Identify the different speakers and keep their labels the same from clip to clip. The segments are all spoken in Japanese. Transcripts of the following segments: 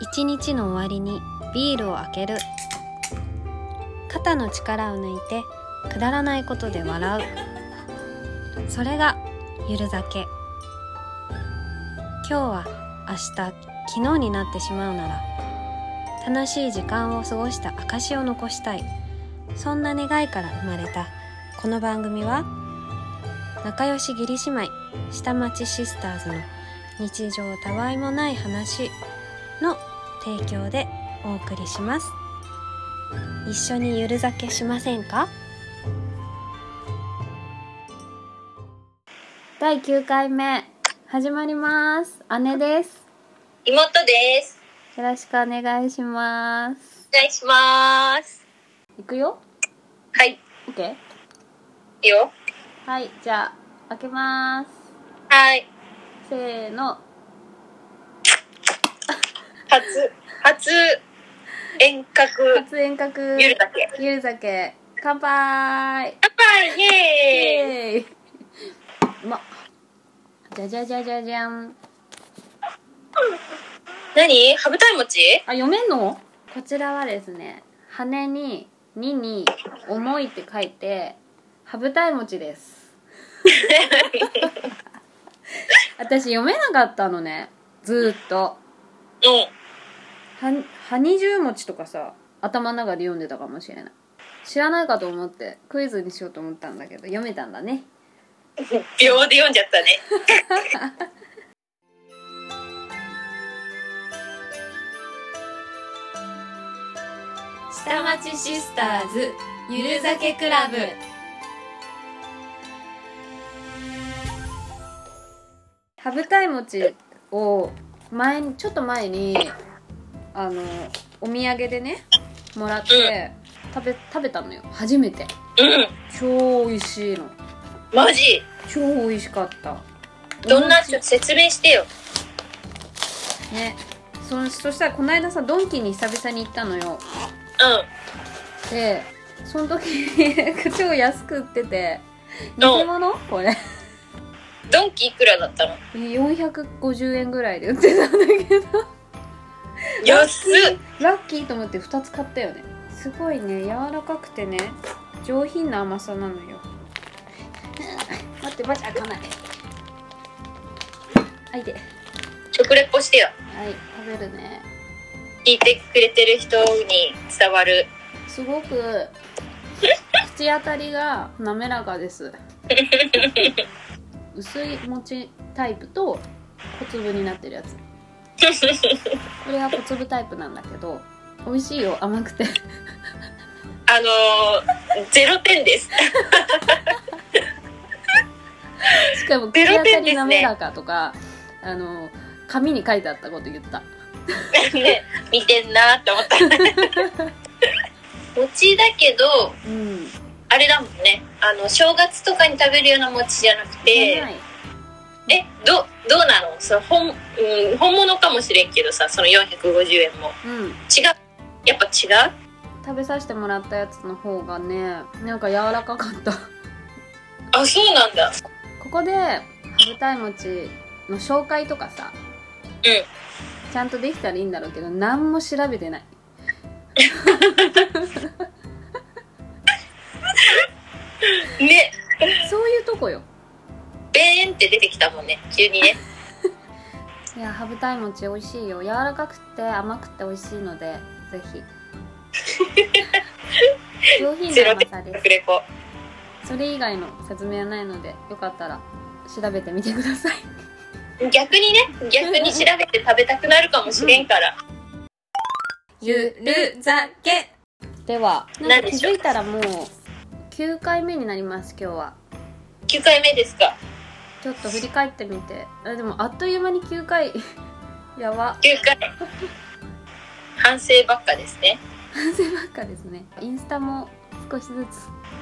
Speaker 1: 一日の終わりにビールを開ける肩の力を抜いてくだらないことで笑うそれがゆる酒今日は明日昨日になってしまうなら楽しい時間を過ごした証を残したいそんな願いから生まれたこの番組は仲良し義理姉妹下町シスターズの日常たわいもない話の提供でお送りします一緒にゆる酒しませんか第9回目始まります姉です
Speaker 2: 妹です。
Speaker 1: よろしくお願いします
Speaker 2: お願いします。
Speaker 1: いくよ
Speaker 2: はい。
Speaker 1: OK
Speaker 2: いいよ。
Speaker 1: はいじゃあ開けます
Speaker 2: はい。
Speaker 1: せーの
Speaker 2: 初、初、遠隔、
Speaker 1: 発煙角
Speaker 2: ゆるだけ。
Speaker 1: ゆる酒乾杯
Speaker 2: 乾杯イ
Speaker 1: イ
Speaker 2: エーイ
Speaker 1: エーイうまっじゃじゃじゃじゃじゃん
Speaker 2: 何ハブタイ 餅
Speaker 1: あ読めんのこちらはですね羽に「に」に「重い」って書いて羽舞台餅です私読めなかったのねずーっと
Speaker 2: うん。
Speaker 1: は羽重餅とかさ頭の中で読んでたかもしれない知らないかと思ってクイズにしようと思ったんだけど読めたんだね
Speaker 2: 秒で読んじゃったね。
Speaker 1: 下町シスターズゆる酒クラブ羽舞台餅を前にちょっと前にあのお土産でねもらって食べ食べたのよ初めて
Speaker 2: うん。
Speaker 1: 超美味しいの
Speaker 2: マジ
Speaker 1: 超美味しかった
Speaker 2: どんな、ちょっと説明してよ。
Speaker 1: ねそのそしたらこの間さドンキに久々に行ったのよ
Speaker 2: う
Speaker 1: でその時に 超安く売ってて偽物これ
Speaker 2: ん。ドンキいくらだったの
Speaker 1: 450円ぐらいで売ってたんだけど
Speaker 2: 安っ
Speaker 1: ラッキーと思って2つ買ったよねすごいね柔らかくてね上品な甘さなのようん待ってバチ開かないあいては
Speaker 2: 食レポしてよ。
Speaker 1: い食べるね
Speaker 2: 聞いてくれてる人に伝わる。
Speaker 1: すごく口当たりが滑らかです薄い餅タイプと小粒になってるやつこれが小粒タイプなんだけど美味しいよ甘くて
Speaker 2: あのー、0点です。
Speaker 1: しかも口当たり滑らかとか、あの紙に書いてあったこと言った
Speaker 2: ね、見てんなって思った。餅だけど、
Speaker 1: うん
Speaker 2: あれだもんね。あの、正月とかに食べるような餅じゃなく
Speaker 1: じゃな
Speaker 2: て、
Speaker 1: い
Speaker 2: え、ど、どうなのその本、うん、本物かもしれんけどさ、その450円も。
Speaker 1: うん
Speaker 2: 違う。やっぱ違う
Speaker 1: 食べさせてもらったやつの方がねなんか柔らかかった
Speaker 2: あ、そうなんだ。
Speaker 1: ここで羽舞台餅の紹介とかさちゃんとできたらいいんだろうけど何も調べてない
Speaker 2: うん。ね、
Speaker 1: そういうとこよ
Speaker 2: べーんって出てきたもんね。急 にね。
Speaker 1: いや羽舞台餅美味しいよ柔らかくて甘くて美味しいのでぜ ひ上品な
Speaker 2: 0
Speaker 1: 甘
Speaker 2: 点
Speaker 1: さです
Speaker 2: 食レポ。
Speaker 1: それ以外の説明はないのでよかったら調べてみてください
Speaker 2: 逆にね、逆に調べて食べたくなるかもしれ んから。
Speaker 1: ゆる酒ではなんか気づいたらもう9回目になります今日は
Speaker 2: 9回目ですか。
Speaker 1: ちょっと振り返ってみてあでもあっという間に9回 やば
Speaker 2: 9回。反省ばっかですね。
Speaker 1: 反省ばっかですねインスタも少しず
Speaker 2: 増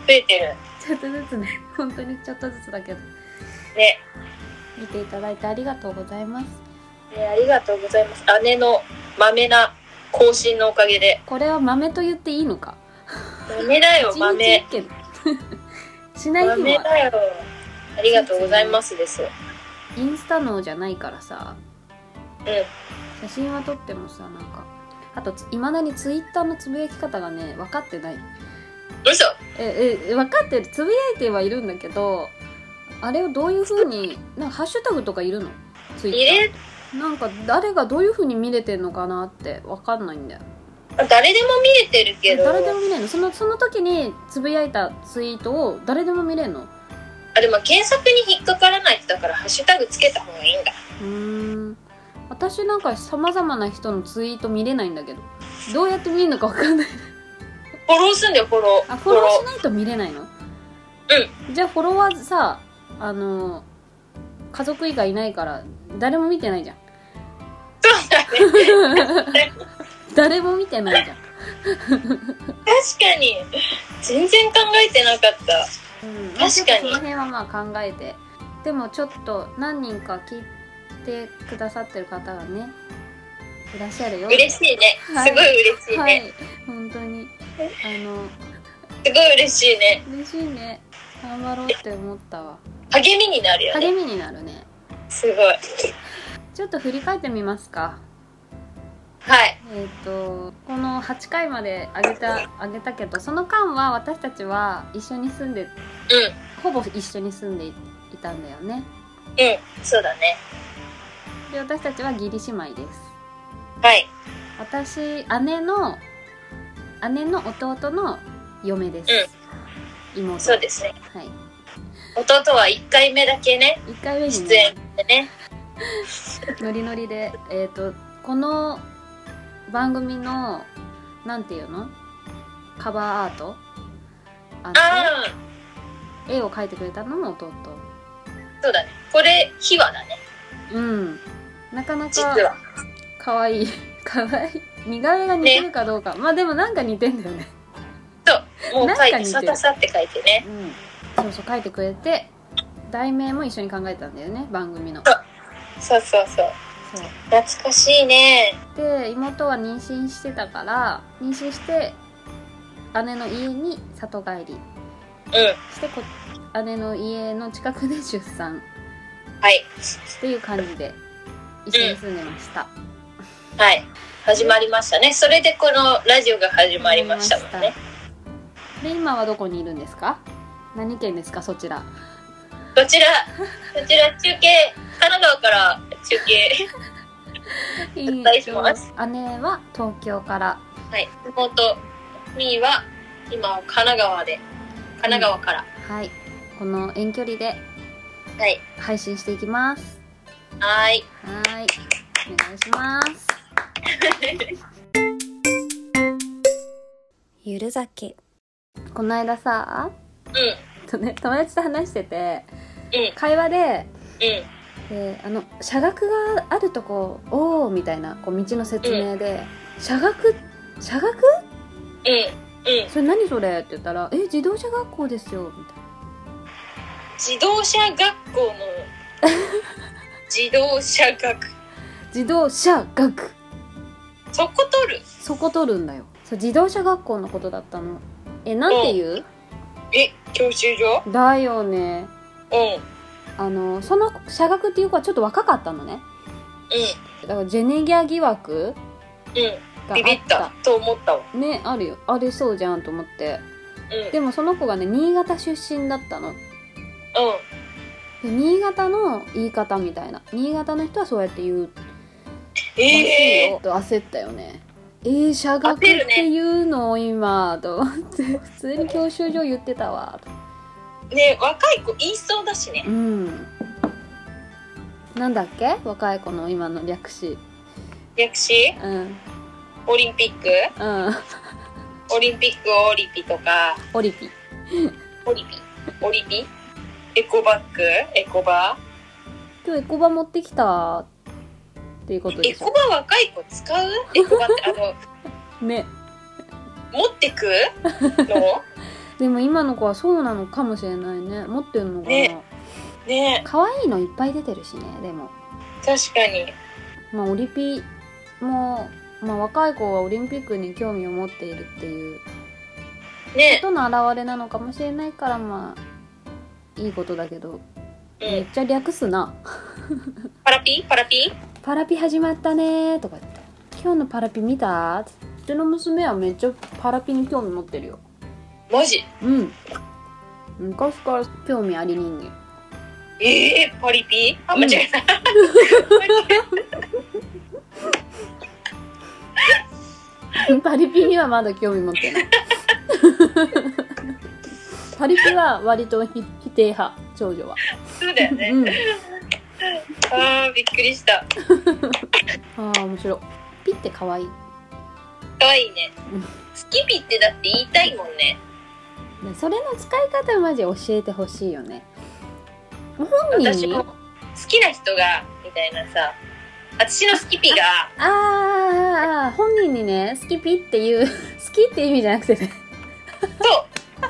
Speaker 2: えてる。
Speaker 1: つちょっとずつね本当にちょっとずつだけど
Speaker 2: ね。
Speaker 1: 見ていただいてありがとうございます
Speaker 2: ね、ありがとうございます。姉のまめな更新のおかげで。
Speaker 1: これは豆と言っていいのか
Speaker 2: 豆だよ、豆。
Speaker 1: 一日一件 しない日も
Speaker 2: 豆
Speaker 1: ある
Speaker 2: だよ。ありがとうございますです。
Speaker 1: インスタのじゃないからさ写真は撮ってもさなんかあといまだにツイッターのつぶやき方がね分かってない
Speaker 2: 嘘
Speaker 1: ええ分かってるつぶやいてはいるんだけどあれをどういうふうになんかハッシュタグとかいるのツイ
Speaker 2: 入
Speaker 1: ッ
Speaker 2: れ
Speaker 1: ターなんか誰がどういうふうに見れてんのかなって分かんないんだよ
Speaker 2: 誰でも見れてるけど
Speaker 1: 誰でも見れるのそのその時につぶやいたツイートを誰でも見れるのう
Speaker 2: あでも検索に引っかからないってだからハッシュタグつけた方がいいんだ
Speaker 1: ーん私なんかさまざまな人のツイート見れないんだけどどうやって見るのか分かんない
Speaker 2: フォローすんだよフォロー
Speaker 1: あフォローしないと見れないのうんじゃあフォロワーさあの家族以外いないから誰も見てないじゃん
Speaker 2: そうだね
Speaker 1: 誰も見てないじゃん
Speaker 2: 確かに全然考えてなかった
Speaker 1: うん、
Speaker 2: 確かに
Speaker 1: ちょっとその辺はまあ考えてでもちょっと何人か聞いてくださってる方がねいらっしゃるよ
Speaker 2: 嬉しいね、
Speaker 1: はい
Speaker 2: すごい嬉しいね、
Speaker 1: はい本当にあ
Speaker 2: すごい嬉しいね
Speaker 1: の嬉しいね頑張ろうって思ったわ
Speaker 2: 励みになるよね
Speaker 1: 励みになるね
Speaker 2: すごいはい
Speaker 1: ちょっと振り返ってみますかえー、とこの8回まで上げた上げたけどその間は私たちは一緒に住んで
Speaker 2: う
Speaker 1: ほぼ一緒に住んでいたんだよね
Speaker 2: んうんそうだね
Speaker 1: で私たちは義理姉妹です
Speaker 2: はい
Speaker 1: 私姉の姉の弟の嫁です、妹
Speaker 2: そうですね
Speaker 1: はい
Speaker 2: 弟は1回目だけね
Speaker 1: 1回目に、
Speaker 2: 出演
Speaker 1: ね、
Speaker 2: でね
Speaker 1: ノリノリでえっ、とこの番組のなんていうのカバーアートあの
Speaker 2: ああ
Speaker 1: 絵を描いてくれたのも弟
Speaker 2: そうだねこれ秘話だね
Speaker 1: うんなかな
Speaker 2: 実
Speaker 1: か
Speaker 2: は
Speaker 1: 可愛い 可愛い似顔絵が似てるかどうか、まあでもなんか似てんだよね
Speaker 2: もう書い
Speaker 1: なんか似て
Speaker 2: て
Speaker 1: る
Speaker 2: サタサって書いてね
Speaker 1: うんそうそう描いてくれて題名も一緒に考えたんだよね番組の
Speaker 2: そうそうそう
Speaker 1: そう
Speaker 2: 懐かしいね
Speaker 1: で妹は妊娠してたから妊娠して姉の家に里帰り
Speaker 2: うん
Speaker 1: してこ姉の家の近くで出産
Speaker 2: はい
Speaker 1: っていう感じで一緒に住んでました、
Speaker 2: はい始まりましたねそれでこのラジオが始まりましたもんね
Speaker 1: で今はどこにいるんですか何県ですかそちら
Speaker 2: こちらこちら中継神奈川から中 継
Speaker 1: い
Speaker 2: 伝えします
Speaker 1: 姉は東京から
Speaker 2: はい妹みーは今は神奈川で神奈川から、
Speaker 1: はいこの遠距離で
Speaker 2: はい
Speaker 1: 配信していきます
Speaker 2: はーい
Speaker 1: はーいお願いし ます
Speaker 3: ゆる酒
Speaker 1: この間さ
Speaker 2: う
Speaker 1: とね友達と話してて
Speaker 2: んうん
Speaker 1: 会話で
Speaker 2: うん
Speaker 1: であの社学があるとこおーみたいなこう道の説明で「社学社学
Speaker 2: うんうん
Speaker 1: それ何それ?」って言ったら「え自動車学校ですよ」みたいな
Speaker 2: 自動車学 校の自動車学
Speaker 1: 「自動車学
Speaker 2: そこ取る」
Speaker 1: そこ取るんだよそう自動車学校のことだったのえなんていう
Speaker 2: え教習所
Speaker 1: だよね
Speaker 2: うん
Speaker 1: あのその社学っていう子はちょっと若かったのねだからジェネギャ疑惑
Speaker 2: うんうん
Speaker 1: があ
Speaker 2: ビビっ
Speaker 1: ったた
Speaker 2: と思ったわ
Speaker 1: ねあるよありそうじゃんと思って
Speaker 2: うんうん
Speaker 1: でもその子がね新潟出身だったの
Speaker 2: うん
Speaker 1: で新潟の言い方みたいな新潟の人はそうやって言うらしい
Speaker 2: ええ
Speaker 1: よ、と焦ったよねえー、社学っていうのを今、と思って普通に教習所言ってたわと
Speaker 2: ね若い子言いそうだしね
Speaker 1: うんなんだっけ若い子の今の略詞
Speaker 2: 略し
Speaker 1: うんうん
Speaker 2: オリンピックオリンピックオリピとか
Speaker 1: オリピ
Speaker 2: オリピオリピエコバッグエコバ
Speaker 1: 今日エコバ持ってきたっていうこと
Speaker 2: エ
Speaker 1: でし
Speaker 2: コ
Speaker 1: ょ
Speaker 2: バ若い子使うエコバって あの
Speaker 1: ね
Speaker 2: 持ってくの
Speaker 1: でも今の子はそうなのかもしれないね持ってるのかな、
Speaker 2: ねね
Speaker 1: 可愛いのいっぱい出てるしねでも
Speaker 2: 確かに
Speaker 1: まあ、オリピも、まあ、若い子はオリンピックに興味を持っているっていうこ
Speaker 2: ね
Speaker 1: との表れなのかもしれないからまあいいことだけど、
Speaker 2: う
Speaker 1: めっ
Speaker 2: ん
Speaker 1: ちゃ略すな
Speaker 2: パラピパラピ
Speaker 1: パラピ始まったね」とか言って「今日のパラピ見た?」ってうちの娘はめっちゃパラピに興味持ってるよ
Speaker 2: マジ
Speaker 1: うん昔から興味あり人間
Speaker 2: ええパリピあ、間違えた。
Speaker 1: パリピにはまだ興味持ってない パリピは割とひ否定派長女は、
Speaker 2: そうだよね。
Speaker 1: うん
Speaker 2: ああ、びっくりした。
Speaker 1: ああ面白いピって可愛い
Speaker 2: 可愛いね
Speaker 1: うん。
Speaker 2: スキピってだって言いたいもんね。
Speaker 1: ねそれの使い方マジ教えてほしいよね本
Speaker 2: 私
Speaker 1: 人に
Speaker 2: も好きな人がみたいなさ、私のスキピが
Speaker 1: ああ本人にね好きピっていう好きって意味じゃなくてね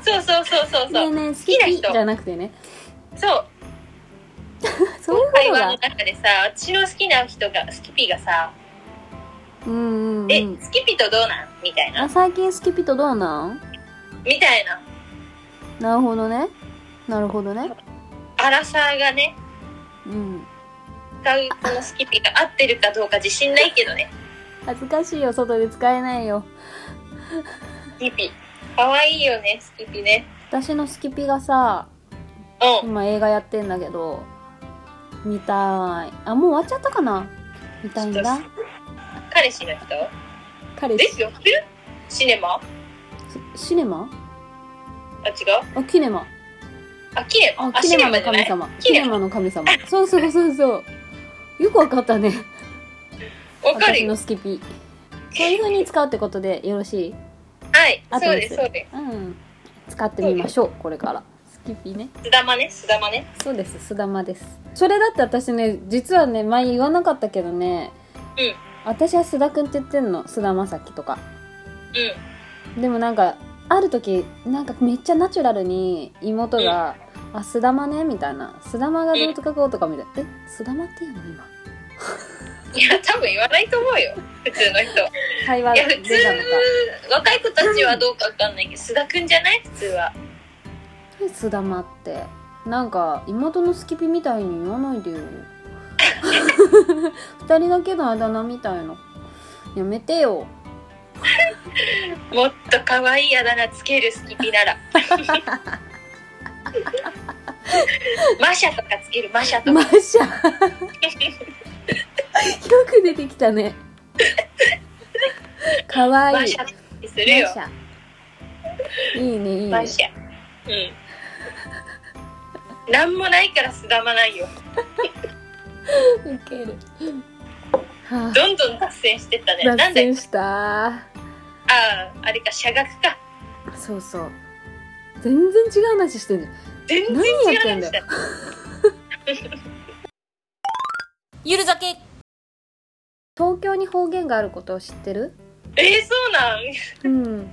Speaker 2: そうそうそうそうそう
Speaker 1: ねえ
Speaker 2: そう
Speaker 1: ねえ好
Speaker 2: き
Speaker 1: き
Speaker 2: な
Speaker 1: ピ
Speaker 2: 人
Speaker 1: じゃなくてね
Speaker 2: そう
Speaker 1: そういうこ
Speaker 2: 会
Speaker 1: と
Speaker 2: 話
Speaker 1: が
Speaker 2: の中でさ、私の好きな人がスキピがさ、
Speaker 1: うんうん、う
Speaker 2: え
Speaker 1: ん、
Speaker 2: スキピとどうなんみたいな
Speaker 1: あ最近好きピとどうなん
Speaker 2: みたいな。
Speaker 1: なるほどねなるほどね
Speaker 2: アラサーがね、
Speaker 1: うん
Speaker 2: 使うこのスキピが合ってるかどうか自信ないけどね。
Speaker 1: 恥ずかしいよ外で使えないよ
Speaker 2: スキピ。可愛いよね、スキピね。
Speaker 1: 私のスキピがさ
Speaker 2: うん。
Speaker 1: 今映画やってんだけど見たいあもう終わっちゃったかな見たいんだ
Speaker 2: 彼氏の人
Speaker 1: 彼
Speaker 2: で
Speaker 1: 氏
Speaker 2: すよ。知るシネマあ、
Speaker 1: シシネマ
Speaker 2: 違う
Speaker 1: あキネマ
Speaker 2: あ、キネマ
Speaker 1: あ
Speaker 2: あ、
Speaker 1: キ
Speaker 2: シ
Speaker 1: ネ
Speaker 2: ネ
Speaker 1: マ
Speaker 2: マ
Speaker 1: の
Speaker 2: じゃな
Speaker 1: 神
Speaker 2: い
Speaker 1: 様
Speaker 2: キ
Speaker 1: キ
Speaker 2: ネ
Speaker 1: ネマの神様そうそうそうそうよくわかったね
Speaker 2: わかる
Speaker 1: 私
Speaker 2: よ。
Speaker 1: のスキピそういう風に使うってことでよろしい
Speaker 2: はい、
Speaker 1: 合っ
Speaker 2: そう
Speaker 1: て
Speaker 2: です、
Speaker 1: ま
Speaker 2: そうで
Speaker 1: うん使ってみましょうこれからスキピね
Speaker 2: す。すだまね、すだまね。
Speaker 1: そうですすだまですそれだって私ね実はね前言わなかったけどね
Speaker 2: うん
Speaker 1: 私は須田くんって言ってんの須田まさきとか
Speaker 2: う
Speaker 1: でもなんかある時なんかめっちゃナチュラルに妹が「あすだまね」みたいな「すだまがどうとかこう」とかみたいな「えすだまっていうの今
Speaker 2: ん。いや、多分言わないと思うよ。普通の人は。
Speaker 1: 会話
Speaker 2: い
Speaker 1: 出
Speaker 2: や、
Speaker 1: たの
Speaker 2: 普
Speaker 1: か
Speaker 2: 通、若い子たちはどうかわかんないけど、須田くんじゃない普通は。
Speaker 1: 「すだま」ってなんか妹のスキピみたいに言わないでよ 二人だけのあだ名みたいのやめてよ
Speaker 2: もっと可愛いあだ名つけるスキピな ら。マシャとかつける、マシャとか。
Speaker 1: マシャ よく出てきたねかわいい
Speaker 2: マシャってするよ。
Speaker 1: マシャいいねいいね
Speaker 2: マシャ。うん。なんもないからすだまないよ。
Speaker 1: ウケる。は
Speaker 2: どんどん脱線してったね。
Speaker 1: あ、
Speaker 2: な
Speaker 1: 脱
Speaker 2: んで、
Speaker 1: 線した。
Speaker 2: ああ、あれか、社学か。
Speaker 1: そうそう。全然違う話してんじゃん。
Speaker 2: 全然
Speaker 1: 何
Speaker 2: 違
Speaker 1: やって
Speaker 2: う
Speaker 1: ん
Speaker 2: 話
Speaker 1: だよ
Speaker 2: だ。
Speaker 4: ゆる酒
Speaker 1: 東京に方言があることを知ってる？
Speaker 2: えー、そうなん
Speaker 1: うん。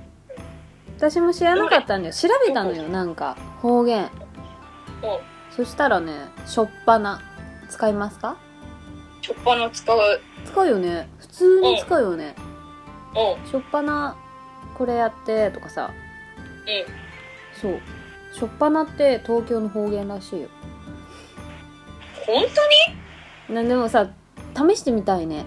Speaker 1: 私も知らなかったんだよ。調べたのよ。なんか方言。
Speaker 2: もう、
Speaker 1: そしたらね、しょっぱな使いますか？
Speaker 2: ちょっぱの使う。
Speaker 1: 使うよね。普通に使うよね。
Speaker 2: うん。
Speaker 1: しょっぱなこれやってとかさ。
Speaker 2: う
Speaker 1: そう。しょっぱなって東京の方言らしいよ。
Speaker 2: ん。本当
Speaker 1: な
Speaker 2: に
Speaker 1: でもさ試してみたいね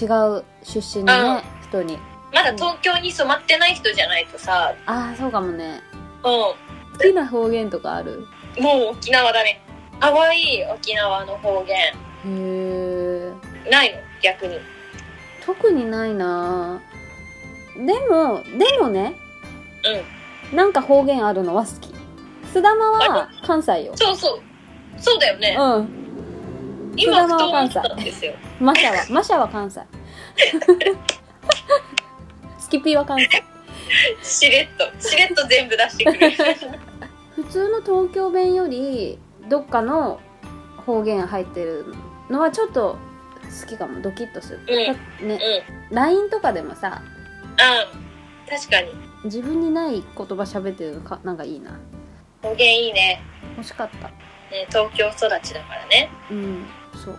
Speaker 1: 違う出身のね人に
Speaker 2: まだ東京に染まってない人じゃないとさ、
Speaker 1: ああそうかもね
Speaker 2: う
Speaker 1: 好きな方言とかある
Speaker 2: ん。もう沖縄だね。可愛い沖縄の方言。
Speaker 1: へえ
Speaker 2: ないの逆に。
Speaker 1: 特にないなでもでもねなんか方言あるのは好き須玉は関西よ
Speaker 2: そうそう。そうだよね。
Speaker 1: うん
Speaker 2: 今、
Speaker 1: 津
Speaker 2: ふ
Speaker 1: 田
Speaker 2: と
Speaker 1: は
Speaker 2: 思っ
Speaker 1: 関西
Speaker 2: たんですよ。
Speaker 1: マシャはマシャは関西 スキピーは関西
Speaker 2: しれっと。しれっと全部出してくる。
Speaker 1: 普通の東京弁よりどっかの方言入ってるのはちょっと好きかもドキッとする、
Speaker 2: うん。
Speaker 1: ね
Speaker 2: うん。
Speaker 1: LINE とかでもさ
Speaker 2: 確かに。
Speaker 1: 自分にない言葉喋ってるのかなんかいいな
Speaker 2: 方言いいね。
Speaker 1: 欲しかった
Speaker 2: ね東京育ちだからね。
Speaker 1: うんそう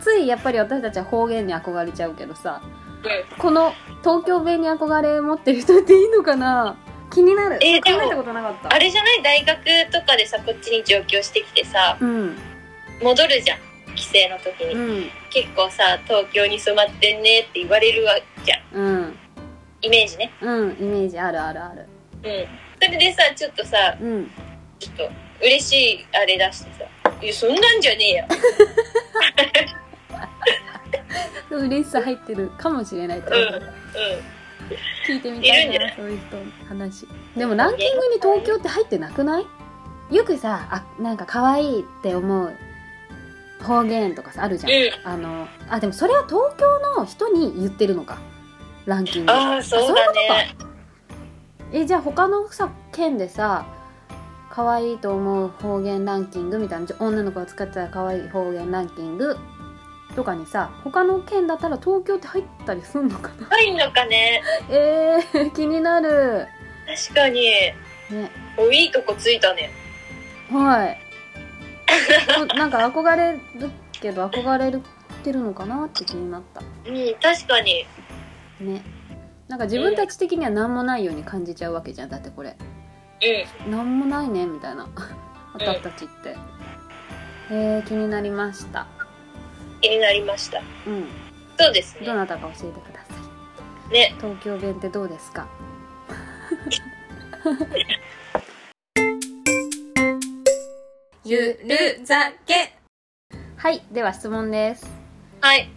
Speaker 1: ついやっぱり私たちは方言に憧れちゃうけどさ
Speaker 2: う
Speaker 1: この東京弁に憧れ持ってる人っていいのかな気になる、
Speaker 2: えーでも
Speaker 1: 考えたことなかった
Speaker 2: あれじゃない大学とかでさ、こっちに上京してきてさ、
Speaker 1: うん
Speaker 2: 戻るじゃん。帰省の時に、
Speaker 1: うん
Speaker 2: 結構さ東京に住まってんねって言われるわじゃん
Speaker 1: うん
Speaker 2: イメージね
Speaker 1: うんイメージあるあるある
Speaker 2: うんそれでさちょっとさ
Speaker 1: うん
Speaker 2: ちょっと嬉しいあれ出してさ「いやそんなんじゃねえよ
Speaker 1: 嬉しさ入ってるかもしれない」と
Speaker 2: うん
Speaker 1: 思
Speaker 2: う
Speaker 1: うん聞いてみた
Speaker 2: いるん
Speaker 1: い
Speaker 2: じゃな
Speaker 1: なそういう人の話でもランキングに東京って入ってなくないよくさあなんか可愛いって思う方言とかさあるじゃん、
Speaker 2: うん
Speaker 1: あのあでもそれは東京の人に言ってるのかランキング
Speaker 2: ああそうだね
Speaker 1: えじゃあ他のさ県でさ可愛いと思う方言ランキングみたいなじゃ女の子が使ってた可愛い方言ランキングとかにさ他の県だったら東京って入ったりすんのかな
Speaker 2: 入んのかね
Speaker 1: えー、気になる
Speaker 2: 確かに
Speaker 1: ね
Speaker 2: おいいとこついたね
Speaker 1: はい。 おなんか憧れるけど憧れてるのかなって気になった。
Speaker 2: うん確かに
Speaker 1: ね。なんか自分たち的には何もないように感じちゃうわけじゃんだってこれ。
Speaker 2: うん
Speaker 1: 何もないねみたいな私たちって。えー、気になりました。
Speaker 2: 気になりました
Speaker 1: うん。
Speaker 2: そうです
Speaker 1: ど
Speaker 2: ね
Speaker 1: なたか教えてください。
Speaker 2: ね
Speaker 1: 東京弁ってどうですか。
Speaker 4: ゆるざけ
Speaker 1: はい。では質問です。
Speaker 2: はい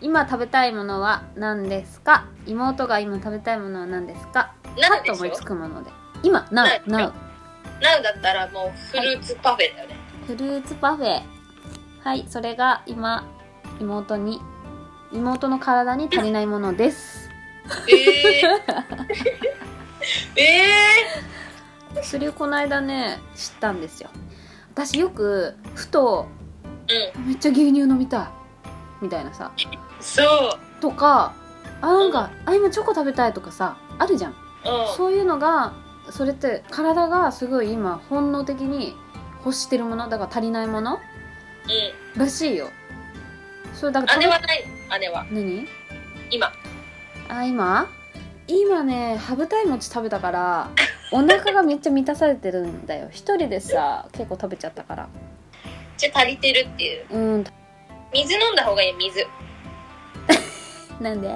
Speaker 1: 今食べたいものは何ですか。妹が今食べたいものは何ですか。
Speaker 2: な
Speaker 1: パ
Speaker 2: ん
Speaker 1: ッ
Speaker 2: で
Speaker 1: と
Speaker 2: し
Speaker 1: 思い
Speaker 2: ょ
Speaker 1: つくもので。今、な
Speaker 2: ないで
Speaker 1: う、
Speaker 2: しょ
Speaker 1: なう。
Speaker 2: なうだったらもうフルーツパフェだよね、
Speaker 1: フルーツパフェはいそれが今妹に妹の体に足りないものです
Speaker 2: えー、 え
Speaker 1: それをこの間ね知ったんですよ私よくふと
Speaker 2: ー、
Speaker 1: めっちゃ牛乳飲みたいみたいなさ
Speaker 2: うんそう
Speaker 1: とかあなんかあ今チョコ食べたいとかさあるじゃん
Speaker 2: う
Speaker 1: そういうのがそれって体がすごい今本能的に欲してるものだから足りないもの
Speaker 2: んうん
Speaker 1: らしいよそれだから
Speaker 2: 姉はない姉は
Speaker 1: 何
Speaker 2: 今
Speaker 1: あ今今ね羽二重餅食べたからお腹がめっちゃ満たされてるんだよ一人でさ結構食べちゃったから
Speaker 2: じゃあ足りてるっていう
Speaker 1: うん
Speaker 2: 水飲んだ方がいい水
Speaker 1: なんで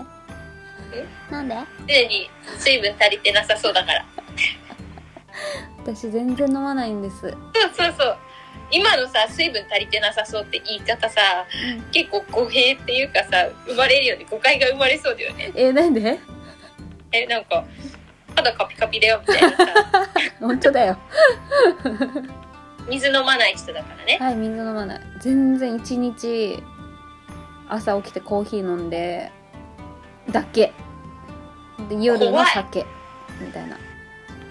Speaker 1: なんです
Speaker 2: でに水分足りてなさそうだから
Speaker 1: 私全然飲まないんです
Speaker 2: そうそうそう今のさ水分足りてなさそうって言い方さ結構語弊っていうかさ生まれるよね誤解が生まれそうだよね
Speaker 1: えなんで
Speaker 2: えなんか肌カピカピだよみたい なさ
Speaker 1: 本当だよ
Speaker 2: 水飲まない人だからね
Speaker 1: はい水飲まない全然一日朝起きてコーヒー飲んでだけで夜
Speaker 2: 怖
Speaker 1: はい酒みたいな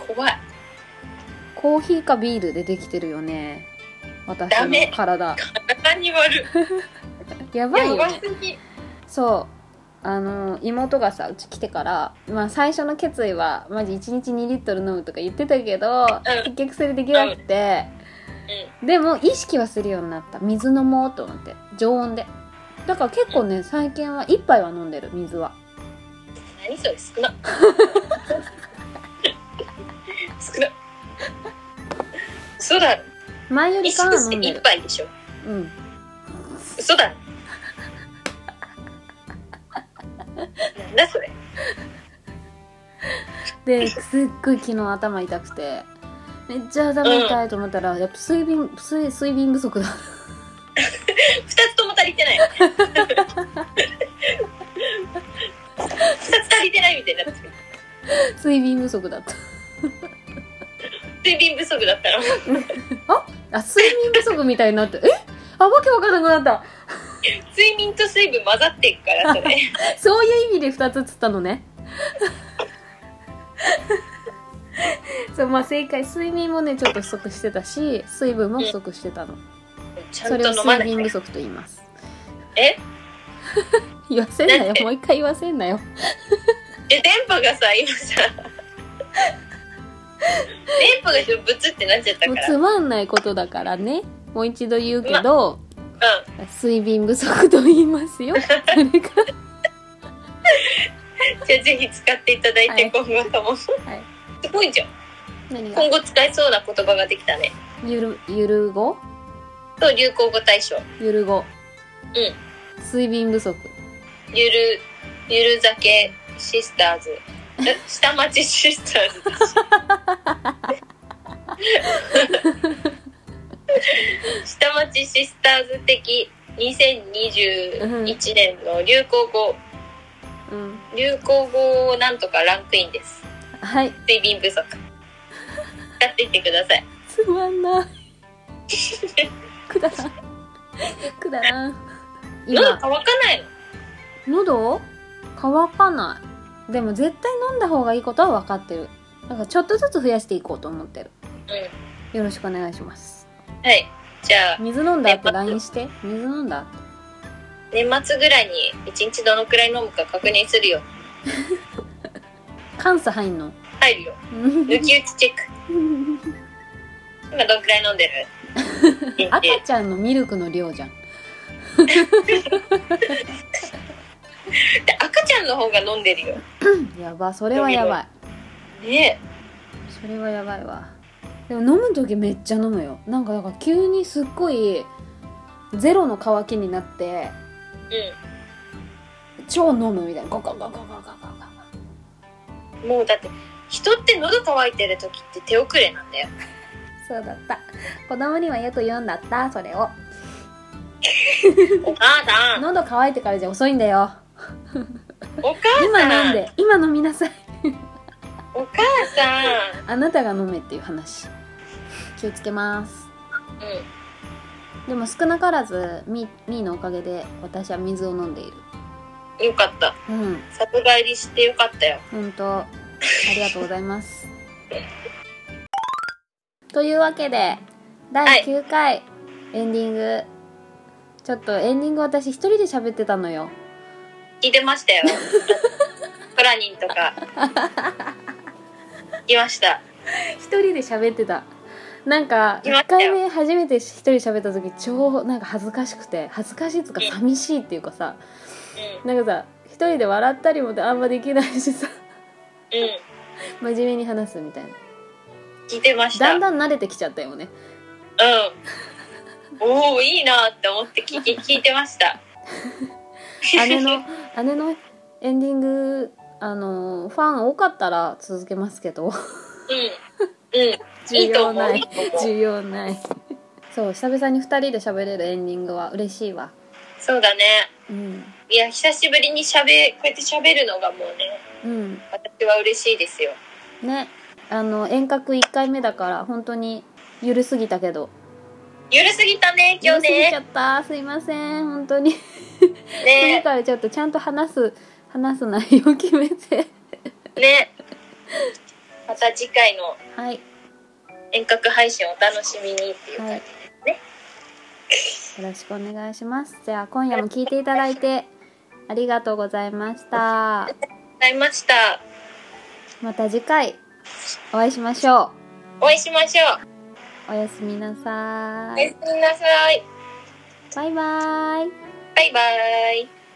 Speaker 2: 怖い
Speaker 1: コーヒーかビールでできてるよね私
Speaker 2: ダメ
Speaker 1: の体
Speaker 2: 体に悪い
Speaker 1: やばい
Speaker 2: や
Speaker 1: よ
Speaker 2: ば
Speaker 1: ね
Speaker 2: すぎ
Speaker 1: そうあの妹がさうち来てから、まあ、最初の決意はマジ1日2リットル飲むとか言ってたけど、
Speaker 2: ん
Speaker 1: 結局それできなくて、でも意識はするようになった水飲もうと思って常温でだから結構ね最近は1杯は飲んでる水は
Speaker 2: 何それ 少な少な嘘だろ
Speaker 1: 前よ
Speaker 2: 意
Speaker 1: りか
Speaker 2: 識
Speaker 1: は
Speaker 2: して
Speaker 1: 飲んで
Speaker 2: 一
Speaker 1: る
Speaker 2: 杯でしょ
Speaker 1: うん
Speaker 2: 嘘だろなんだそれ
Speaker 1: ですっごい昨日頭痛くてめっちゃ頭痛いと思ったら、やっぱ水分水水分不足だ
Speaker 2: 二つとも足りてない二つ足りてないみたいになってる
Speaker 1: 水分不足だった
Speaker 2: 睡眠不足だったら
Speaker 1: あ睡眠不足みたいになってえあわけわからなくなった
Speaker 2: 睡眠と水分混ざっていくからそれ
Speaker 1: そういう意味で2つつったのね そうまあ正解睡眠もねちょっと不足してたし水分も不足してたの
Speaker 2: ちゃ
Speaker 1: そ
Speaker 2: ん
Speaker 1: れ
Speaker 2: と
Speaker 1: を
Speaker 2: 飲まな
Speaker 1: 睡
Speaker 2: い
Speaker 1: 眠不足と言います
Speaker 2: え
Speaker 1: 言わせんな
Speaker 2: なん
Speaker 1: よ
Speaker 2: で
Speaker 1: もう一回言わせんなよ
Speaker 2: で電波がさ今さ電波がちょっとブツってなっちゃった
Speaker 1: もう
Speaker 2: から
Speaker 1: つまんないことだからねもう一度言うけど、
Speaker 2: う
Speaker 1: 睡眠不足と言いますよそれ が
Speaker 2: んじゃあぜひ使っていただい
Speaker 1: は
Speaker 2: て
Speaker 1: い
Speaker 2: 今後とも、す
Speaker 1: はい
Speaker 2: ごいじゃん
Speaker 1: 何が
Speaker 2: 今後使えそうな言葉ができたね
Speaker 1: ゆるゆる語
Speaker 2: そう流行語大賞
Speaker 1: ゆる語睡眠不足
Speaker 2: ゆる、ゆる酒シスターズ。え下町シスターズだし。下町シスターズ的2021年の流行語、
Speaker 1: うん
Speaker 2: 流行語をなんとかランクインです。
Speaker 1: はい
Speaker 2: 睡眠不足。使っていってください。
Speaker 1: つまんないくだらんくだらん今
Speaker 2: 喉乾かないの
Speaker 1: 喉乾かないでも絶対飲んだ方がいいことは分かってるだからちょっとずつ増やしていこうと思ってるよろしくお願いします
Speaker 2: うん。はい。じゃあ、
Speaker 1: 水飲んだって
Speaker 2: え
Speaker 1: LINE して水飲んだって
Speaker 2: 年末ぐらいに一日どのくらい飲むか確認するよ。
Speaker 1: 監査入んの
Speaker 2: 入るよ。抜き打ちチェック。今どんくらい飲 んでる一
Speaker 1: 赤
Speaker 2: 日
Speaker 1: ちゃんのミルクの量じゃん
Speaker 2: で赤ちゃんの方が飲んでるよ
Speaker 1: やばそれはやばい
Speaker 2: ね
Speaker 1: それはやばいわでも飲む時めっちゃ飲むよなんかだから急にすっごいゼロの渇きになって
Speaker 2: え
Speaker 1: 超飲むみたいなゴゴゴゴゴゴゴゴゴ
Speaker 2: うんもうだって人って喉乾いてる時って手遅れな んだよ
Speaker 1: そうだった子供にはよく言うんだったそれを
Speaker 2: お母さん
Speaker 1: 喉乾いてからじゃ遅いんだよ
Speaker 2: お母
Speaker 1: 今
Speaker 2: さん
Speaker 1: 飲んで今飲みなさい
Speaker 2: お母さ
Speaker 1: あなたが飲めっていう話気をつけます
Speaker 2: んうん
Speaker 1: でも少なからずみみーのおかげで私は水を飲んでいる
Speaker 2: よかった
Speaker 1: うん
Speaker 2: 里帰りしてよかったよ
Speaker 1: 本当ありがとうございます。というわけで第9回、エンディングちょっとエンディング私一人で喋ってたのよ。
Speaker 2: 聞いてまし たよトラニンとか聞きました
Speaker 1: 一人で喋ってた。なんか
Speaker 2: いま
Speaker 1: 1
Speaker 2: した
Speaker 1: 回
Speaker 2: よ
Speaker 1: 目初めて一人喋った時超なんか恥ずかしくて恥ずかしいとか
Speaker 2: うん
Speaker 1: 寂しいっていうかさ
Speaker 2: う
Speaker 1: なんかさ一人で笑ったりもあんまできないしさ
Speaker 2: んうん
Speaker 1: 真面目に話すみたいな
Speaker 2: 聞いてました
Speaker 1: だんだん慣れてきちゃったよね
Speaker 2: うんおおいいなって思って聞き聞いてました
Speaker 1: 姉 の姉のエンディングあのファン多かったら続けますけど
Speaker 2: うん。 うん。い
Speaker 1: 需
Speaker 2: いと
Speaker 1: 要
Speaker 2: 思
Speaker 1: な
Speaker 2: う。
Speaker 1: い 需要ないそう久々に2人で喋れるエンディングは嬉しいわ
Speaker 2: そうだね。
Speaker 1: うん
Speaker 2: いや、久しぶりに喋、こうやって喋るのがもうね、
Speaker 1: うん
Speaker 2: 私は嬉しいですよ。
Speaker 1: ねあの遠隔1回目だから本当にゆるすぎたけど
Speaker 2: ゆるすぎたね、
Speaker 1: ゆ
Speaker 2: 今日
Speaker 1: るすぎちゃ
Speaker 2: ね。
Speaker 1: ったすいません本当に今
Speaker 2: ね。
Speaker 1: からちょっとちゃんと話す話す内容決めて
Speaker 2: ね。また次回の
Speaker 1: はい
Speaker 2: 遠隔配信をお楽しみにっていう
Speaker 1: は
Speaker 2: 感
Speaker 1: い
Speaker 2: じ。。
Speaker 1: よろしくお願いします。じゃあ今夜も聞いていただいてありがとうございました。
Speaker 2: ございました。
Speaker 1: また次回お会いしましょ
Speaker 2: お会いしましょう。
Speaker 1: う。おやすみなさ
Speaker 2: おや
Speaker 1: い。
Speaker 2: すみなさい。
Speaker 1: バイバイ。
Speaker 2: バイバイ。